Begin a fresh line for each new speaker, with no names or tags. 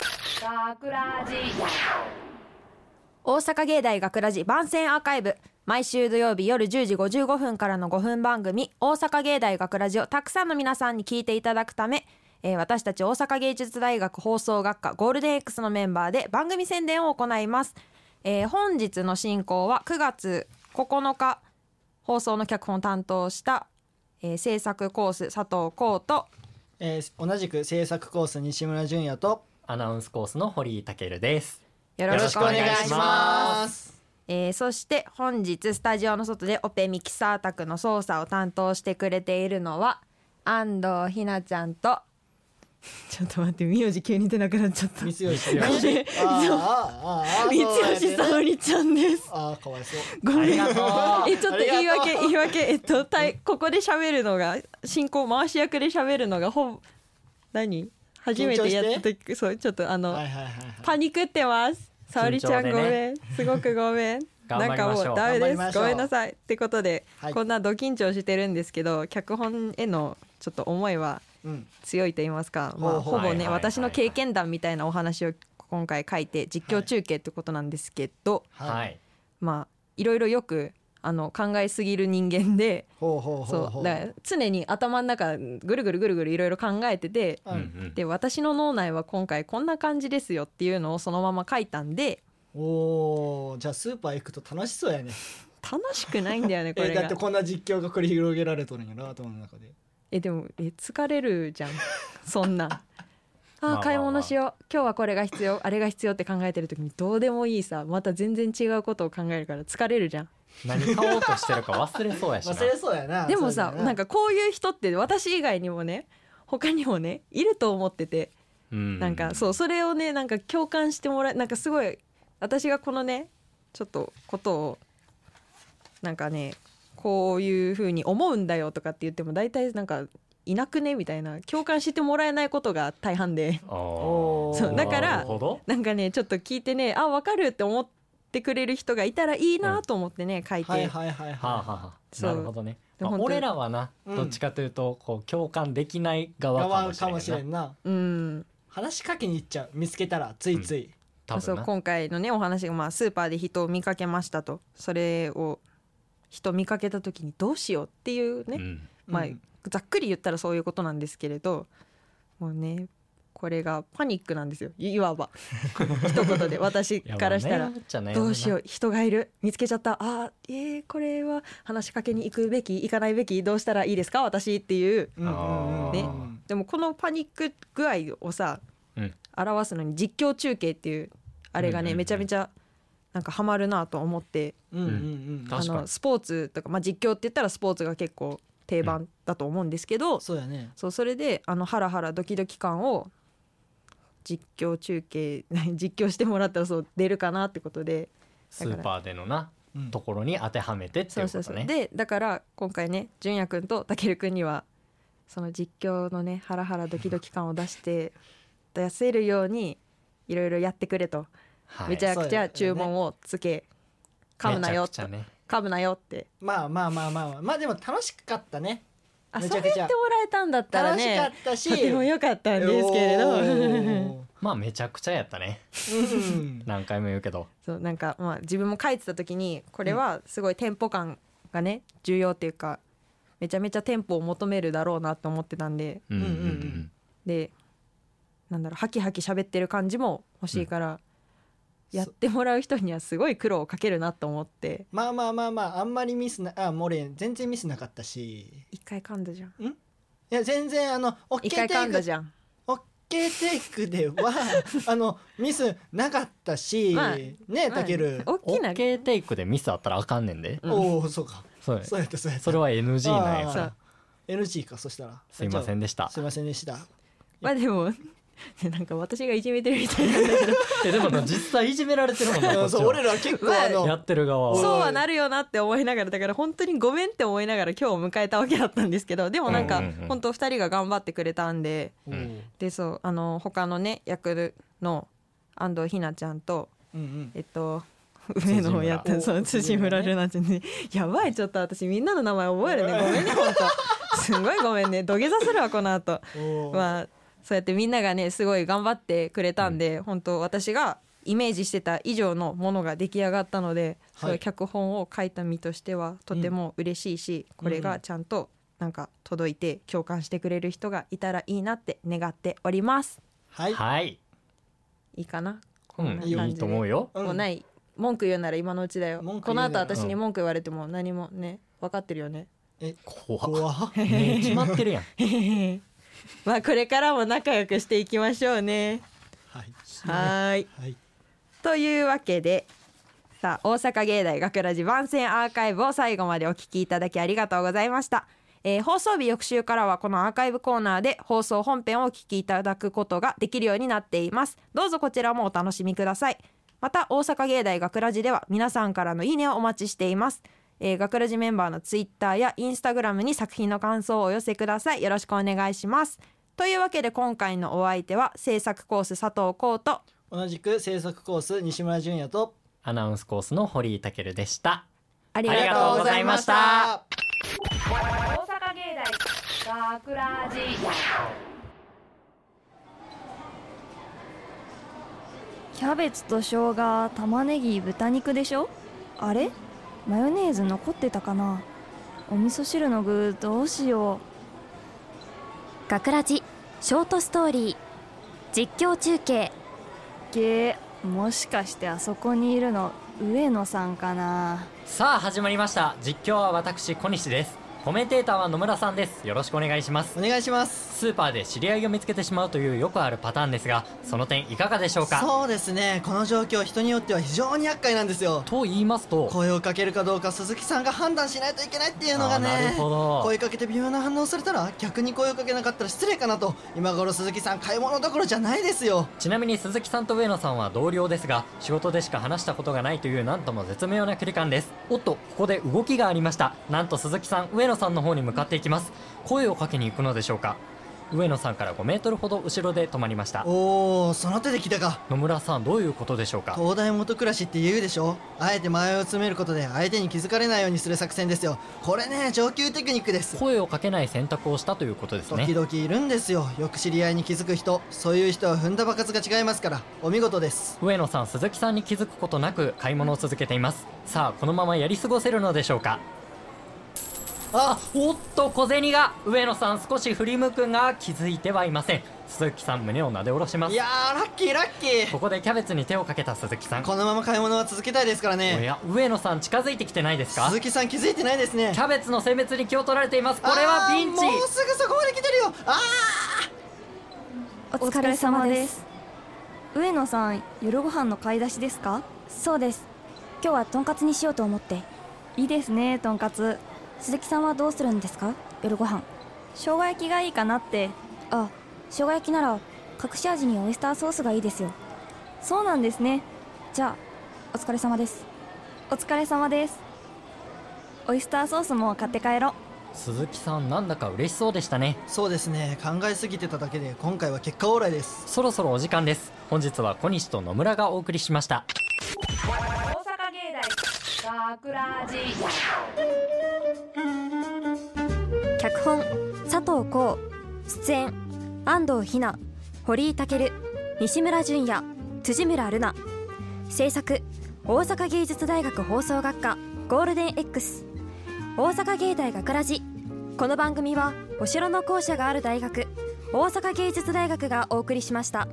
学ラジ
大阪芸大学ラジ番宣アーカイブ毎週土曜日夜10時55分からの5分番組「大阪芸大学ラジをたくさんの皆さんに聞いていただくため、えー私たち大阪芸術大学放送学科ゴールデン X のメンバーで番組宣伝を行います、えー本日の進行は9月9日放送の脚本を担当した、えー制作コース佐藤浩と
えー同じく制作コース西村淳也と。
アナウンスコースの堀井健です。
よ
ろしくお願いします
えーそして本日スタジオの外でオペミキサー宅の操作を担当してくれているのは安藤ひなちゃんと ちょっと待って名字急に出なくなっちゃった
三
三
吉さん。
三
吉
ねあーあーあーあー
吉沙織ちゃんです
あーかわいそう。
ごめん
ありがとう
えちょっと言い訳言い訳えっとたいここで喋るのが進行回し役で喋るのがほぼ何初めてやった時そうちょっとあの、
はいはいはいは
パニックってます。沙織ちゃん、
緊張でね
ごめん、すごくごめん。
頑
なん
張りま
か
しょう
もうダメ
頑張
で。
りますしょう
ごめんなさい。ってことで、
はい。
こんなド緊張してるんですけど、脚本へのちょっと思いはい
うん。
強いと言いますか、ま
ほ
あ
うほう
ほぼね、
はいはいはいはい
私の経験談みたいなお話を今回書いて実況中継ってことなんですけど、
は
はい。
い。
まあいろいろよくあの考えすぎる人間で、
ほうほうほう
そ
ほ
う
う。
だから常に頭の中ぐるぐるぐるぐるいろいろ考えてて、
うん
う。
うんん。
で私の脳内は今回こんな感じですよっていうのをそのまま書いたんで
おお、じゃあスーパー行くと楽しそうやね。
楽しくないんだ よねこ
え
れ
ー、だっ
が
てこんな実況が繰り広げられとるんやな頭の中で。
えでもえ疲れるじゃん そん な
まあ
あ
ま
ー
あ
買い物しよう今日はこれが必要あれが必要って考えてる時にどうでもいいさまた全然違うことを考えるから疲れるじゃん
何買おうとしてるか忘れそうやしな。
忘れそうやな。
でもさ
そうだ
なん。かこういう人って私以外にもね他にもねいると思ってて
うん
なんかそうそれをねなんか共感してもらえなんかすごい私がこのねちょっとことをなんかねこういうふうに思うんだよとかって言っても大体なんかいなくねみたいな共感してもらえないことが大半で
おー
そうだから
なるほど。
なんかねちょっと聞いてねあ分かるって思ってくれる人がいたらいいなと思ってね、書いて、
はいはいはい
はあ、は
は
あはあ、
そう
なるほどね。
で
まあ
本当に
俺らはな、
うん
どっちかというと、こう共感できない
い。
側
我慢
か
か
も
も
し
し
れ
れ
ん
ん
な。
な。
うん
話しかけに行っちゃう。見つけたらついつい。
多
そ
分
う
な。
今回のねお話が、まあ、スーパーで人を見かけましたとそれを人見かけた時にどうしようっていうね、
うん
まあ
うん
ざっくり言ったらそういうことなんですけれどもうねこれがパニックなんですよいいわば 一言で私
いや
からしたら。、どうしよ
う。
う人がいる見つけちゃったあーえー、これは話しかけに行くべき行かないべきどうしたらいいですか私っていう
うんうんうん
ね
うん
でもこのパニック具合をさ、
うん
表すのに実況中継っていうあれがね、
うんうんうん
めちゃめちゃなんかハマるなと思って
うんうんうん。
確かに
あのスポーツとか、まあ、実況って言ったらスポーツが結構定番だと思うんですけど、
そうやね。
そうそれであのハラハラドキドキ感を実況中継実況してもらったらそう出るかなってことで
スーパーでのな、
うん
ところに当てはめてって
そ
いうう
そ
こ
う
と
そう、
ね。
でだから今回ね純也くんとたけるくんにはその実況のねハラハラドキドキ感を出して出せるようにいろいろやってくれと、
はい
めちゃくちゃ
そう
注
よね
文をつけ、噛むなよ
め
と
ちゃくちゃね
噛むなよって
まあまあまあまあまあまあでも楽しかったね
あ
め
それ
ちゃ
言
く
って
ちゃ
もらえたんだったら
楽しかっ
ね
たし
とても良かったんですけれ
お
ど。
ー
まあめちゃくちゃやったね。
うん
何回も言うけど。
そうなんかまあ自分も書いてた時にこれはすごいテンポ感がね重要っていうかめちゃめちゃテンポを求めるだろうなと思ってたんで
うんうんう
うんうんん。
でなんだろうハキハキ喋ってる感じも欲しいから、やってもらう人にはすごい苦労をかけるなと思って
まあまあまあまああんまりミスなあもう俺全然ミスなかったし
一回噛んだじゃん
いや全然あのオッケ
一回
ー
噛んだ
テイク
じゃん
オッケーテイクでは あのミスなかったし、
まあ
ねえたける、
大
オ
きな
ッケーテイクでミスあったらあかんねんで。
うん
おおそうか
そう
そうやったそうやった
それは NG なん
あー
や。
そう
NG かそしたら
すいません
じ
でし
ゃあ
た
す。いませんでした
まあでも なんか私がいじめてるみたいな
えでもな実際いじめられてる もんなこっち
そう俺
は
ら結構
まあ
あの
やってる側
おい
は。
そうはなるよなって思いながらだから本当にごめんって思いながら今日を迎えたわけだったんですけどでもなんか
うんうんうん
本当2人が頑張ってくれたんで
お
う
ー
でそうあの他のね役の安藤ひなちゃんと
うんうん
えっと
村
上野をやったそう
お
辻村ルナちゃんにやばいちょっと私みんなの名前覚えるねごめんね本当すんごいごめんね土下座するわこの後
おー
まあそうやってみんながねすごい頑張ってくれたんで、本当私がイメージしてた以上のものが出来上がったので、
はい
そういう脚本を書いた身としてはとても嬉しいし、これがちゃんとなんか届いて共感してくれる人がいたらいいなって願っております。
はい、
はい、
いいかな、
う
こんな感じで
ん、いいと思うよ
うん
もうない文句言うなら今のうちだよ
文句
こ
言
の
うなら
後私に文句言われても何もね分かってるよね
怖っ
怖っ
ね決まってるやん
まあこれからも仲良くしていきましょうね。
はい
はーい
はい
というわけでさあ大阪芸大学ラジ番宣アーカイブを最後までお聞きいただきありがとうございました、えー放送日翌週からはこのアーカイブコーナーで放送本編をお聞きいただくことができるようになっていますどうぞこちらもお楽しみくださいまた大阪芸大学ラジでは皆さんからのいいねをお待ちしていますえー、学ラジメンバーのツイッターやインスタグラムに作品の感想をお寄せくださいよろしくお願いしますというわけで今回のお相手は制作コース佐藤浩と
同じく制作コース西村淳也と
アナウンスコースの堀井健でした
あり
がとうございました
た
大阪芸大学ラジ
キャベツと生姜玉ねぎ豚肉でしょあれマヨネーズ残ってたかなお味噌汁の具どうしよ
学ラジショートストーリー実況中継
うげーもしかしてあそこにいるの上野さんかな
さあ始まりました実況は私小西ですコメンテーターは野村さんですよろしくお願いします
お願いします
スーパーで知り合いを見つけてしまうというよくあるパターンですがその点いかがでしょうか
そうですねこの状況人によっては非常に厄介なんですよ
と言いますと
声をかけるかどうか鈴木さんが判断しないといけないっていうのがね
あーなるほど
声かけて微妙な反応されたら逆に声をかけなかったら失礼かなと今頃鈴木さん買い物どころじゃないですよ
ちなみに鈴木さんと上野さんは同僚ですが仕事でしか話したことがないというなんとも絶妙な距離感ですおっとここで動きがありましたなんと鈴木さん上野さんの方に向かっていきます声をかけに行くのでしょうか上野さんから5メートルほど後ろで止まりました
おーその手で来たか
野村さんどういうことでしょうか
東大元暮らしって言うでしょあえて前を詰めることで相手に気づかれないようにする作戦ですよこれね上級テクニックです
声をかけない選択をしたということです
時
ね
々いるんですよよく知り合いに気づく人そういう人は踏んだ場数が違いますからお見事です
上野さん鈴木さんに気づくことなく買い物を続けていますさあこのままやり過ごせるのでしょうか
あ
おっと小銭が上野さん少し振り向くが気づいてはいません鈴木さん胸をなで下ろしま
い
す
やーラッキーラッキー
ここでキャベツに手をかけた鈴木さんお
このまま買い物は続けたいですからね
や上野さん近づいてきてないですか
鈴木さん気づいてないですね
キャベツの選別に気を取られていますこれはピンチ
あーもうすぐそこまで来てるよあ
お疲れ様です上野さん夜ご飯の買い出しですか
そうです今日はとんかつにしようと思って
いいですねとんかつ
鈴木さんはどうするんですか夜ご飯
生姜焼きがいいかなって
あ生姜焼きなら隠し味にオイスターソースがいいですよ
そうなんですね
じゃあお疲れ様です
お疲れ様ですオイスターソースも買って帰ろう
鈴木さんなんだか嬉しそうでしたね
ーそうですね考えすぎてただけで今回は結果オーライです
そろそろお時間です本日は小西と野村がお送りしました
大阪芸大学ラジ
脚本佐藤浩出演安藤ひな堀井健西村淳也辻村ルナ制作大阪芸術大学放送学科ゴールデン X 大阪芸大学ラジこの番組はお城の校舎がある大学大阪芸術大学がお送りしました。